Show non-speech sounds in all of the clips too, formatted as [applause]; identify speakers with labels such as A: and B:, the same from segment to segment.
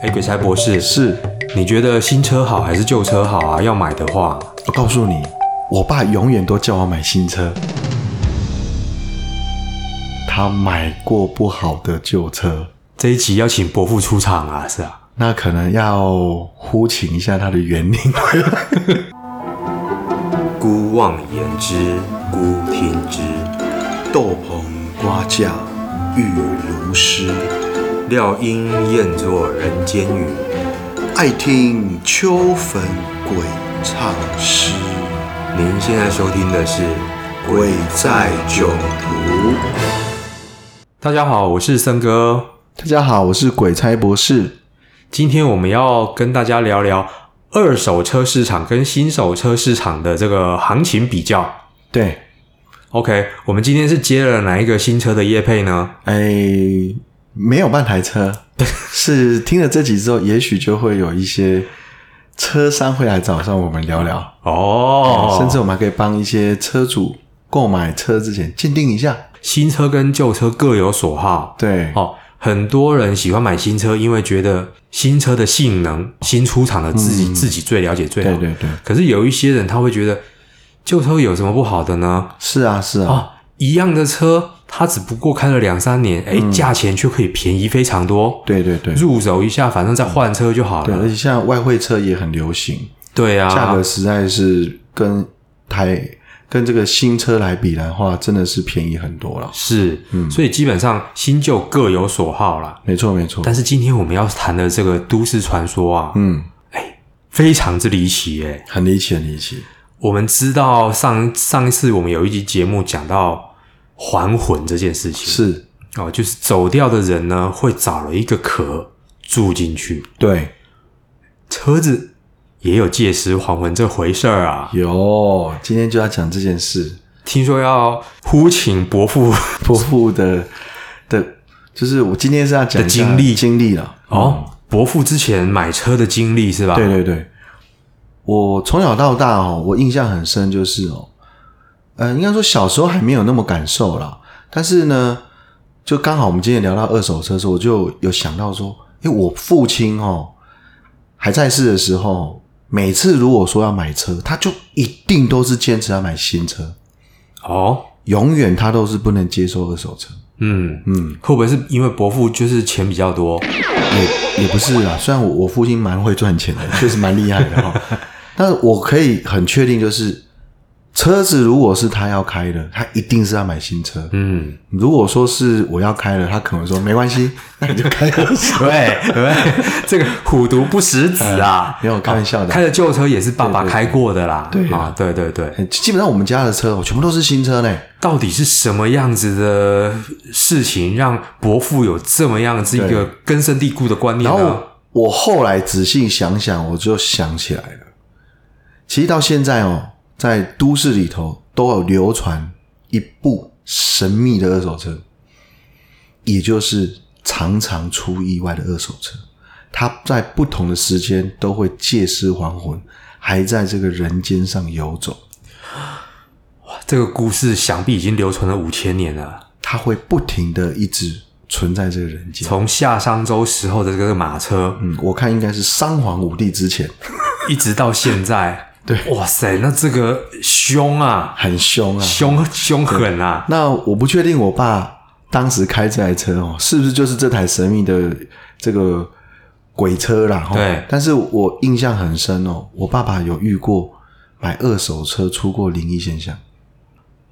A: 哎，鬼才博士，
B: 是
A: 你觉得新车好还是旧车好啊？要买的话，
B: 我告诉你，我爸永远都叫我买新车，他买过不好的旧车，
A: 这一集要请伯父出场啊，是啊。
B: 那可能要呼请一下他的原名。
A: 姑妄言之，姑听之。
C: 豆棚 [laughs] 瓜架雨如诗，
A: 料应厌作人间语，
C: 爱听秋坟鬼唱诗。
A: 您现在收听的是《
C: 鬼在囧途》，
A: 大家好，我是森哥。
B: 大家好，我是鬼差博士。
A: 今天我们要跟大家聊聊二手车市场跟新手车市场的这个行情比较。
B: 对，
A: OK，我们今天是接了哪一个新车的业配呢？
B: 哎，没有半台车，
A: [laughs]
B: 是听了这集之后，也许就会有一些车商会来找上我们聊聊，
A: 哦，
B: 甚至我们还可以帮一些车主购买车之前鉴定一下。
A: 新车跟旧车各有所好。
B: 对，
A: 哦，很多人喜欢买新车，因为觉得新车的性能，新出厂的自己、自己最了解最好。
B: 嗯对对对，
A: 可是有一些人他会觉得旧车有什么不好的呢？
B: 是啊是啊，
A: 哦，一样的车，它只不过开了两三年，哎，价钱却可以便宜非常多。
B: 对嗯对对。
A: 入手一下，反正再换车就好
B: 对，而
A: 了。
B: 且现在外汇车也很流行，
A: 对啊，
B: 价格实在是跟台跟这个新车来比的话，真的是便宜很多了。
A: 是，
B: 嗯
A: 所以基本上新旧各有所好啦。
B: 没错，没错。
A: 但是今天我们要谈的这个都市传说啊，
B: 嗯，
A: 非常之离奇诶、
B: 很离奇，很离奇。
A: 我们知道上上一次我们有一集节目讲到还魂这件事情，
B: 是，
A: 哦，就是走掉的人呢会找了一个壳住进去，
B: 对，
A: 车子也有借尸还魂这回事儿啊。
B: 有。今天就要讲这件事，
A: 听说要呼请伯父
B: 伯父的的，就是我今天是要讲一下
A: 的经历
B: 经历了。
A: 哦，啊伯父之前买车的经历是吧？
B: 对对对，我从小到大哦，我印象很深，就是哦，呃，应该说小时候还没有那么感受啦，但是呢，就刚好我们今天聊到二手车的时候，我就有想到说，因为我父亲哦还在世的时候，每次如果说要买车，他就一定都是坚持要买新车，
A: 哦，
B: 永远他都是不能接受二手车。
A: 嗯，
B: 嗯，
A: 会不会是因为伯父就是钱比较多？
B: 也也不是啊，虽然我我父亲蛮会赚钱的， [laughs] 确实蛮厉害的哈、但是我可以很确定，就是车子如果是他要开的，他一定是要买新车。
A: 嗯，
B: 如果说是我要开的，他可能说没关系，那你就开二手。 [laughs]
A: 对对， [laughs] 这个虎毒不食子啊，
B: 没有开玩笑的
A: 开的旧车也是爸爸开过的啦，
B: 对对对
A: 啊，对对对，
B: 基本上我们家的车，我哦全部都是新车呢。
A: 到底是什么样子的事情让伯父有这么样子一个根深蒂固的观念
B: 然后
A: 呢？
B: 我后来仔细想想，我就想起来了。其实到现在哦，在都市里头都有流传一部神秘的二手车，也就是常常出意外的二手车。它在不同的时间都会借尸还魂，还在这个人间上游走。
A: 这个故事想必已经流传了五千年了，
B: 它会不停的一直存在这个人间。
A: 从夏商周时候的这个马车，
B: 嗯，我看应该是三皇五帝之前，
A: 一直到现在，
B: [laughs] 对
A: 哇塞，那这个凶啊，
B: 很凶啊，
A: 凶凶狠啊！
B: 那我不确定我爸当时开这台车哦，是不是就是这台神秘的这个鬼车啦？哦
A: 对
B: 但是我印象很深哦，我爸爸有遇过买二手车出过灵异现象。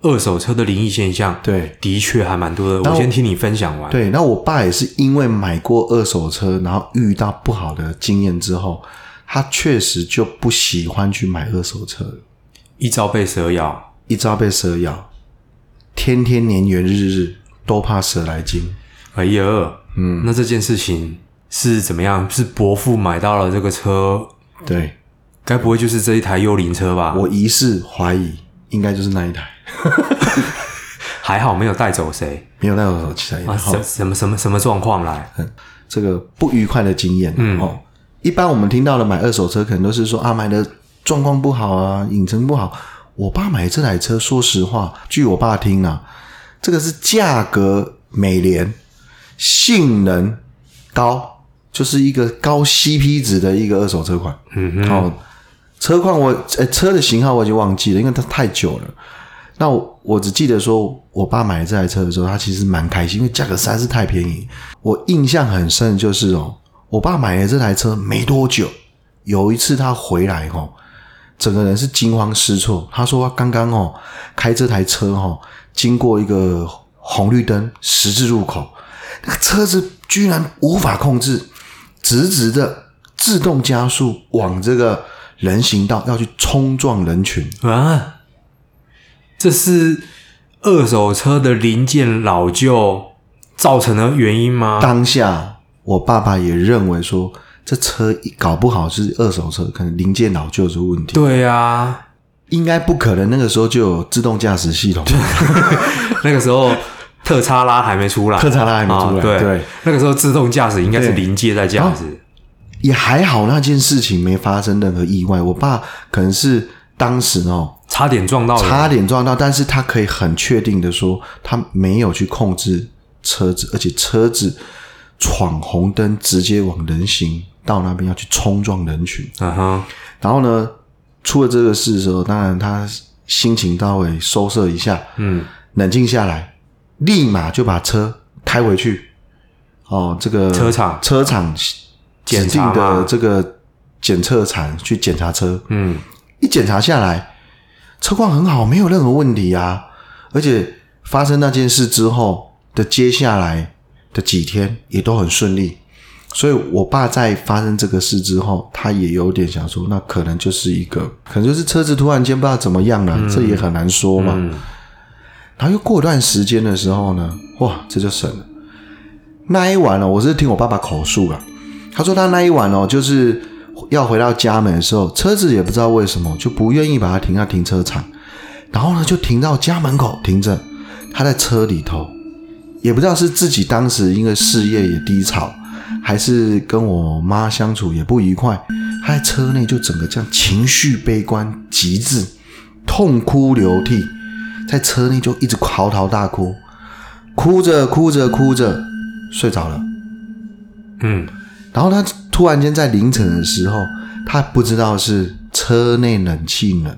A: 二手车的灵异现象，
B: 对
A: 的确还蛮多的。
B: 当
A: 我
B: 我
A: 先听你分享完。，
B: 对，那我爸也是因为买过二手车，然后遇到不好的经验之后，他确实就不喜欢去买二手车了，
A: 一朝被蛇咬，
B: 一朝被蛇咬，天天年年日日都怕蛇来惊。
A: 哎呀，嗯，那这件事情是怎么样？是伯父买到了这个车，
B: 对
A: 该不会就是这一台幽灵车吧？
B: 我疑似怀疑，应该就是那一台。
A: 还好没有带走谁
B: 没有带我手机来
A: 啊？
B: 然后
A: 什什么什么什么状况来？
B: 这个不愉快的经验。
A: 嗯
B: 哦，一般我们听到的买二手车，可能都是说啊，买的状况不好啊，引擎不好。我爸买这台车，说实话，据我爸听啊，这个是价格美廉，性能高，就是一个高 CP 值的一个二手车款。
A: 嗯哼，
B: 哦，车况我呃车的型号我已经忘记了，因为它太久了。那我我只记得说，我爸买这台车的时候，他其实蛮开心，因为价格实在是太便宜。我印象很深的就是哦，我爸买了这台车没多久，有一次他回来哦，整个人是惊慌失措。他说他刚刚哦开这台车哦，经过一个红绿灯十字路口，那个车子居然无法控制，直直的自动加速往这个人行道要去冲撞人群。
A: 啊，这是二手车的零件老旧造成的原因吗？
B: 当下我爸爸也认为说，这车搞不好是二手车，可能零件老旧是问题，
A: 对啊，
B: 应该不可能。那个时候就有自动驾驶系统，
A: 那个时候特叉拉还没出来，
B: 特查拉还没出来，
A: 啊对，
B: 对，哦
A: 那个时候自动驾驶应该是
B: 对
A: 临界在驾驶，
B: 也还好那件事情没发生任何意外。我爸可能是当时哦。
A: 差点撞到人。
B: 差点撞到，但是他可以很确定的说，他没有去控制车子，而且车子闯红灯直接往人行道那边要去冲撞人群。
A: 嗯哼，
B: 然后呢，出了这个事的时候，当然他心情稍微收摄一下，
A: 嗯，
B: 冷静下来，立马就把车开回去。哦，这个
A: 车厂
B: 车厂指
A: 检查
B: 定
A: 嘛
B: 的这个检测厂去检查车，
A: 嗯，
B: 一检查下来，车况很好，没有任何问题啊。而且发生那件事之后的接下来的几天也都很顺利，所以我爸在发生这个事之后，他也有点想说，那可能就是一个，可能就是车子突然间不知道怎么样了，这也很难说嘛。
A: 嗯
B: 然后又过段时间的时候呢，哇，这就神了。那一晚呢、我是听我爸爸口述了，他说他那一晚哦，就是要回到家门的时候，车子也不知道为什么就不愿意把它停到停车场，然后呢就停到家门口停着，他在车里头，也不知道是自己当时因为事业也低潮，还是跟我妈相处也不愉快，他在车内就整个这样情绪悲观极致，痛哭流涕，在车内就一直嚎啕大哭，哭着哭着哭着睡着了。
A: 嗯，
B: 然后他突然间在凌晨的时候，他不知道是车内冷气冷，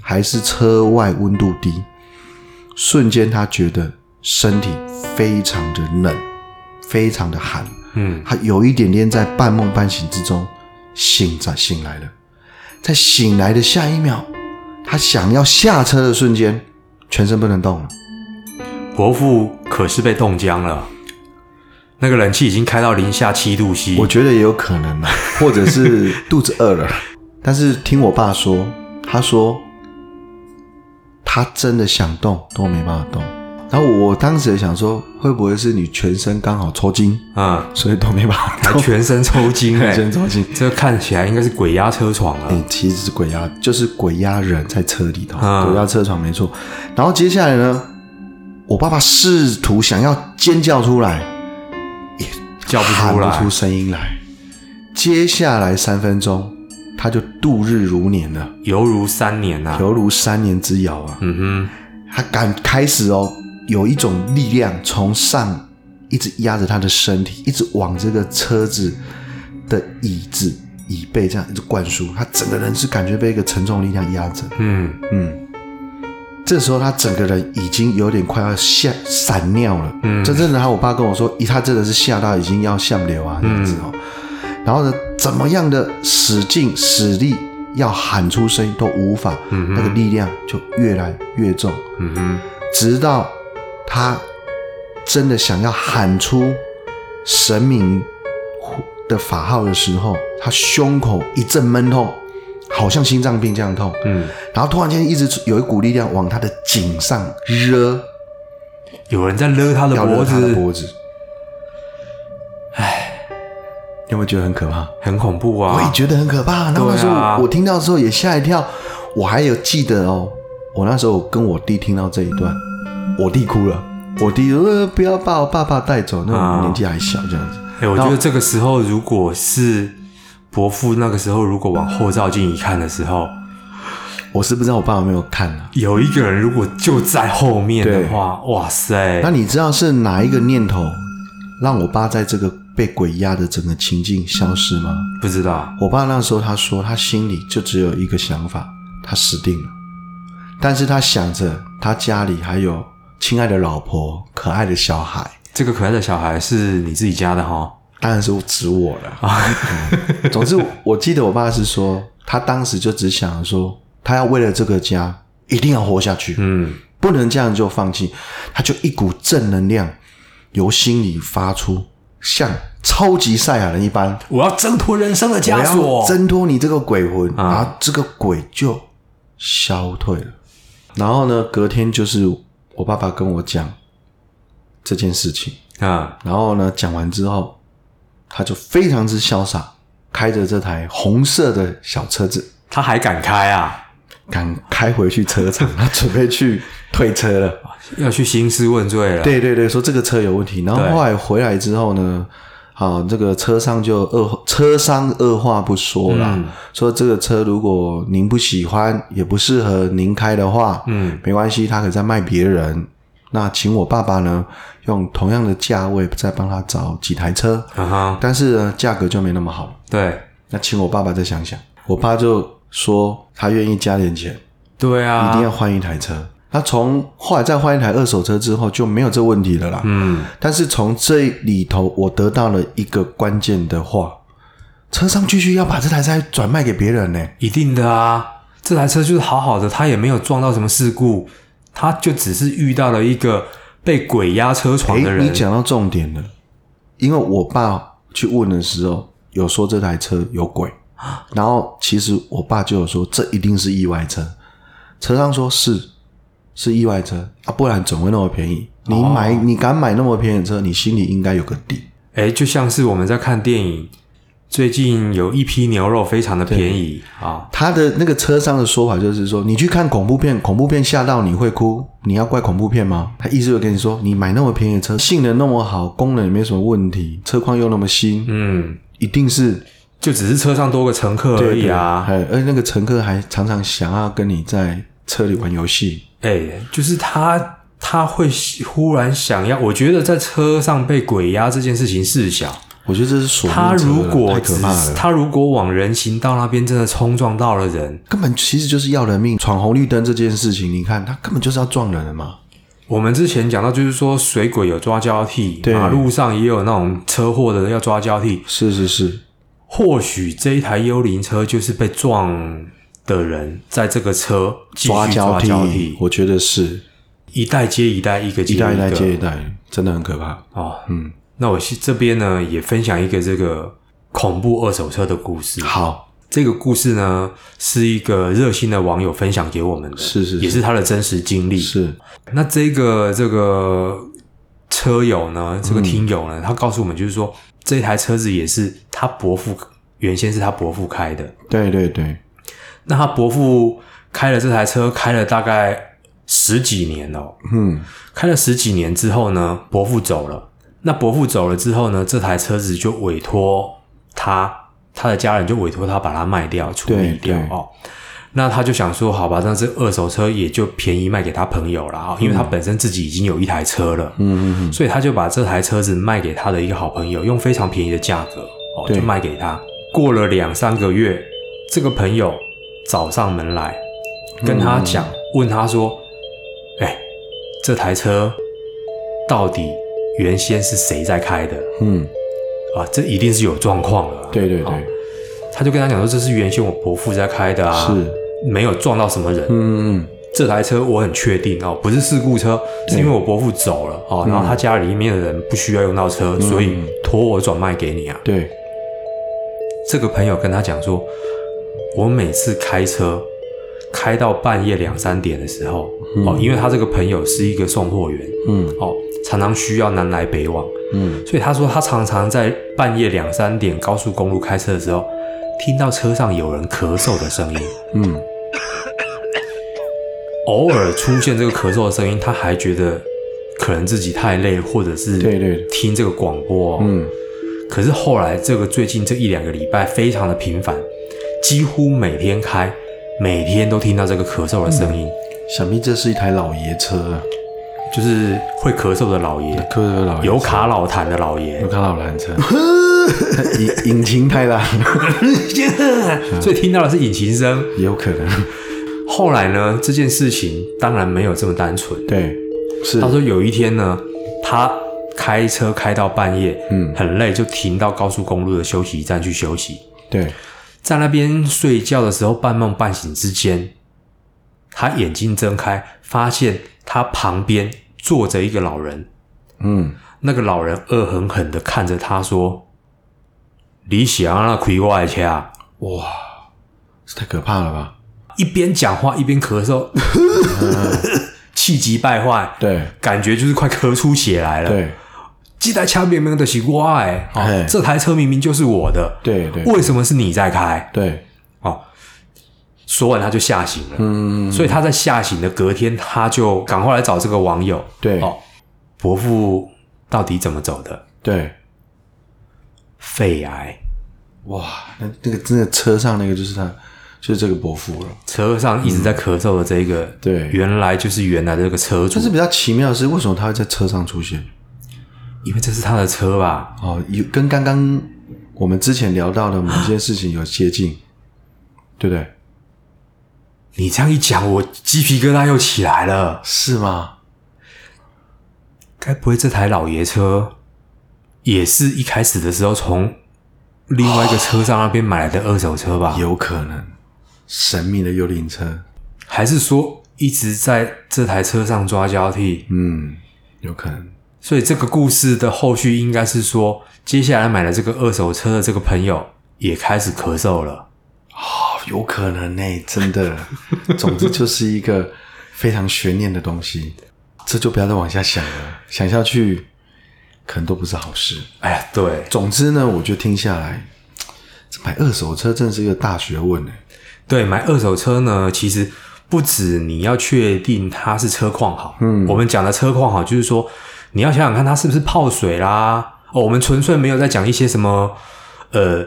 B: 还是车外温度低，瞬间他觉得身体非常的冷，非常的寒，
A: 嗯，
B: 他有一点点在半梦半醒之中醒着醒来了，在醒来的下一秒，他想要下车的瞬间，全身不能动了。
A: 伯父可是被冻僵了，那个冷气已经开到零下七度 C，
B: 我觉得也有可能啊，或者是肚子饿了。但是听我爸说，他说他真的想动都没办法动。然后我当时也想说，会不会是你全身刚好抽筋，
A: 嗯，
B: 所以都没办法
A: [laughs] 还
B: 动？
A: 全身抽筋哎、
B: [laughs] 全身抽筋。
A: 这看起来应该是鬼压车床啊了。
B: 哎、其实是鬼压，就是鬼压人在车里头，
A: 嗯
B: 鬼压车床没错。然后接下来呢，我爸爸试图想要尖叫出来，
A: 叫不
B: 喊
A: 出来，
B: 出声音来。接下来三分钟，他就度日如年了。
A: 犹如三年呐、啊。
B: 犹如三年之遥啊！
A: 嗯
B: 他感开始哦，有一种力量从上一直压着他的身体，一直往这个车子的椅子、椅背这样一直灌输，他整个人是感觉被一个沉重的力量压着。
A: 哼，嗯
B: 嗯，这时候他整个人已经有点快要吓闪尿了。
A: 嗯
B: 真正的他，我爸跟我说，咦，他真的是吓到已经要像流啊这样子哦。
A: 嗯
B: 然后呢，怎么样的使劲使力要喊出声音都无法，
A: 嗯
B: 那个力量就越来越重，
A: 嗯哼，
B: 直到他真的想要喊出神明的法号的时候，他胸口一阵闷痛，好像心脏病这样痛。
A: 嗯，
B: 然后突然间一直有一股力量往他的颈上勒，
A: 有人在勒他的
B: 要勒
A: 脖
B: 他
A: 子，
B: 的脖子。唉，有没有觉得很可怕？
A: 很恐怖
B: 我也
A: 啊。
B: 觉得很可怕。那
A: 对啊
B: 那时候我,、听到的时候也吓一跳，我还有记得哦，我那时候跟我弟听到这一段，我弟哭了，我弟就呃不要把我爸爸带走，那
A: 啊
B: 种年纪还小这样子。
A: 哎、我觉得这个时候如果是伯父那个时候，如果往后照镜一看的时候，
B: 我是不知道我爸爸有没有看啊。
A: 有一个人如果就在后面的
B: 对
A: 话，哇塞
B: 那，你知道是哪一个念头让我爸在这个被鬼压的整个情境消失吗？
A: 不知道，
B: 我爸那时候他说，他心里就只有一个想法，他死定了。但是他想着他家里还有亲爱的老婆、可爱的小孩，
A: 这个可爱的小孩是你自己家的哈？
B: 当然是指我了啊、嗯总之，我记得我爸是说，他当时就只想说，他要为了这个家一定要活下去，
A: 嗯，
B: 不能这样就放弃。他就一股正能量由心里发出，像超级赛亚人一般，
A: 我要挣脱人生的
B: 我要挣脱你这个鬼魂，然后这个鬼就消退了。然后呢，隔天就是我爸爸跟我讲这件事情，
A: 啊，
B: 然后呢，讲完之后，他就非常之潇洒，开着这台红色的小车子，
A: 他还敢开啊？
B: 赶开回去车厂，他准备去退车了。
A: 要去兴师问罪了？，
B: 对对对，说这个车有问题。然后
A: 对
B: 后来回来之后呢，啊，这个车商就二车商二话不说啦，
A: 嗯
B: 说这个车如果您不喜欢，也不适合您开的话，
A: 嗯，
B: 没关系，他可以再卖别人。那请我爸爸呢，用同样的价位再帮他找几台车，
A: 啊哈，
B: 但是呢，价格就没那么好了。
A: 对，
B: 那请我爸爸再想想。我爸就说他愿意加点钱，
A: 对啊，
B: 一定要换一台车。那从后来再换一台二手车之后就没有这问题了啦。
A: 嗯，
B: 但是从这里头，我得到了一个关键的话：车商继续要把这台车转卖给别人呢、
A: 一定的啊。这台车就是好好的，他也没有撞到什么事故，他就只是遇到了一个被鬼压车
B: 诶，
A: 床的人。
B: 你讲到重点了，因为我爸去问的时候有说这台车有鬼，
A: 啊
B: 然后其实我爸就有说这一定是意外车，车商说是是意外车啊，不然怎么会那么便宜？你
A: 哦
B: 买、你敢买那么便宜的车，你心里应该有个底。
A: 哎，就像是我们在看电影，最近有一批牛肉非常的便宜啊，
B: 他的那个车商的说法就是说，你去看恐怖片，恐怖片吓到你会哭，你要怪恐怖片吗？他意思就跟你说，你买那么便宜的车，性能那么好，功能也没什么问题，车况又那么新，
A: 嗯，
B: 一定是
A: 就只是车上多个乘客而已啊。
B: 对对还而那个乘客还常常想要跟你在车里玩游戏，
A: 哎，就是他他会忽然想要，我觉得在车上被鬼压这件事情事小，
B: 我觉得这是索命
A: 他
B: 车了
A: 如果
B: 太可怕
A: 只
B: 了，
A: 他如果往人行道那边真的冲撞到了人，
B: 根本其实就是要人命。闯红绿灯这件事情，你看他根本就是要撞人的嘛。
A: 我们之前讲到就是说水鬼有抓交替，
B: 对
A: 马路上也有那种车祸的要抓交替，
B: 是是是，
A: 或许这一台幽灵车就是被撞的人在这个车继续
B: 抓交
A: 替，
B: 替，我觉得是
A: 一代接一代，一个接
B: 一代一代
A: 个
B: 接一代，真的很可怕。
A: 哦。
B: 嗯，
A: 那我是这边呢也分享一个这个恐怖二手车的故事。
B: 好，
A: 这个故事呢是一个热心的网友分享给我们的，
B: 是是是
A: 也是他的真实经历。
B: 是
A: 那这个这个车友呢，这个听友呢，他告诉我们就是说，这台车子也是他伯父原先是他伯父开的，
B: 对对对，
A: 那他伯父开了这台车，开了大概十几年哦，
B: 嗯，
A: 开了十几年之后呢，伯父走了。那伯父走了之后呢，这台车子就委托他，他的家人就委托他把它卖掉、处理掉
B: 对对
A: 哦。那他就想说，好吧，那这二手车也就便宜卖给他朋友了啊、因为
B: 嗯
A: 他本身自己已经有一台车了，
B: 嗯嗯嗯，
A: 所以他就把这台车子卖给他的一个好朋友，用非常便宜的价格哦，
B: 对
A: 就卖给他。过了两三个月，这个朋友找上门来，
B: 嗯
A: 跟他讲，问他说：“哎、这台车到底原先是谁在开的
B: 嗯，
A: 啊？这一定是有状况了啊、
B: 对对对
A: 哦，他就跟他讲说：“这是原先我伯父在开的啊，
B: 是，
A: 没有撞到什么人。
B: 嗯嗯
A: 这台车我很确定哦，不是事故车，是因为我伯父走了哦，然后他家里面的人不需要用到车，所以托我转卖给你啊。
B: 对，
A: 这个朋友跟他讲说，我每次开车开到半夜两三点的时候，哦，因为他这个朋友是一个送货员，
B: 嗯
A: 哦，常常需要南来北往，
B: 嗯，
A: 所以他说他常常在半夜两三点高速公路开车的时候，听到车上有人咳嗽的声音，
B: 嗯，
A: 偶尔出现这个咳嗽的声音，他还觉得可能自己太累，或者是
B: 对对
A: 听这个广播、哦，
B: 嗯，
A: 可是后来这个最近这一两个礼拜非常的频繁，几乎每天开，
B: 嗯
A: 每天都听到这个咳嗽的声音。
B: 想必这是一台老爷车啊，
A: 就是会咳嗽的老爷，
B: 科德老爷
A: 有卡老痰的老爷
D: 有，看到缆车，
B: [laughs] 引引擎太 [laughs] 大，嗯
A: [laughs] 啊所以听到的是引擎声。
B: 有可能。
A: 后来呢，这件事情当然没有这么单纯。
B: 对，是
A: 他说有一天呢，他开车开到半夜，
B: 嗯
A: 很累，就停到高速公路的休息站去休息。
B: 对，
A: 在那边睡觉的时候，半梦半醒之间，他眼睛睁开，发现他旁边坐着一个老人。
B: 嗯，
A: 那个老人恶狠狠的看着他说：“你想让他开我的车啊？”
B: 哇，这太可怕了吧？
A: 一边讲话一边咳嗽， [laughs] 嗯气急败坏，
B: 对
A: 感觉就是快咳出血来了。，
B: 对
A: 这台车明明的是我的，
B: 嘿
A: 哦，这台车明明就是我的，
B: 对对
A: 为什么是你在开？
B: 对，
A: 哦，说完他就吓醒了，
B: 嗯，
A: 所以他在吓醒的隔天，他就赶快来找这个网友，
B: 对
A: 哦，伯父到底怎么走的？
B: 对，
A: 肺癌，
B: 哇，那那个那个车上那个就是他，就是这个伯父了。
A: 车上一直在咳嗽的这个，
B: 对
A: 原来就是原来的这个车主
B: 但，是比较奇妙的是，为什么他会在车上出现？
A: 因为这是他的车吧？
B: 哦，有跟刚刚我们之前聊到的某件事情有接近，对不对？
A: 你这样一讲，我鸡皮疙瘩又起来了。
B: 是吗？
A: 该不会这台老爷车也是一开始的时候从另外一个车上那边买来的二手车吧？
B: 有可能，神秘的幽灵车，
A: 还是说一直在这台车上抓交替？
B: 嗯，有可能，
A: 所以这个故事的后续应该是说，接下来买了这个二手车的这个朋友也开始咳嗽了。
B: 哦，有可能呢、 [laughs] 真的。总之就是一个非常悬念的东西，这就不要再往下想了，想下去可能都不是好事。
A: 哎呀，对
B: 总之呢，我就听下来，这买二手车真是一个大学问呢、
A: 对，买二手车呢，其实不止你要确定它是车况好，嗯，我们讲的车况好，就是说你要想想看它是不是泡水啦。哦，我们纯粹没有在讲一些什么呃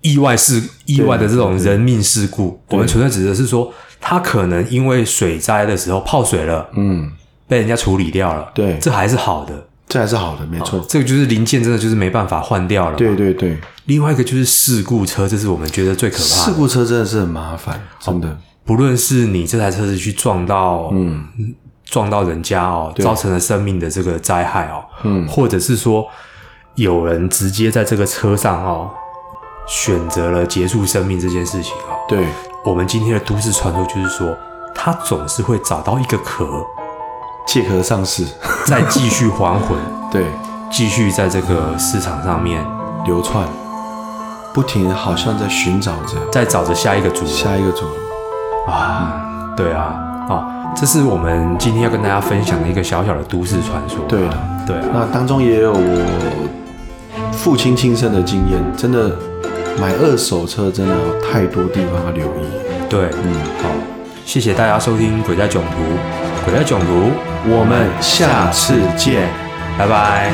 A: 意外事、意外的这种人命事故，我们纯粹指的是说它可能因为水灾的时候泡水了，
B: 嗯，
A: 被人家处理掉了，
B: 对
A: 这还是好的。
B: 这还是好的，没错。
A: 这个就是零件，真的就是没办法换掉了嘛。
B: 对对对，
A: 另外一个就是事故车，这是我们觉得最可怕
B: 事
A: 的。
B: 故车真的是很麻烦，真的。
A: 不论是你这台车子去撞到，嗯，撞到人家哦，造成了生命的这个灾害哦，嗯，或者是说有人直接在这个车上哦，选择了结束生命这件事情哦。
B: 对，
A: 我们今天的都市传说就是说，它总是会找到一个
B: [laughs]
A: 壳，
B: 借壳上市，
A: 再继续还魂，
B: [laughs] 对，
A: 继续在这个市场上面
B: 流窜，不停地好像在寻找着
A: 再找着下一个主人。
B: 下一个主人。
A: 啊，对啊，啊，这是我们今天要跟大家分享的一个小小的都市传说。
B: 对了，
A: 对啊，
B: 那当中也有我父亲亲身的经验，真的买二手车真的有太多地方要留意。
A: 对，嗯，好，谢谢大家收听《鬼在囧途》，《鬼在囧途》，
B: 我们下次见。
A: 拜拜。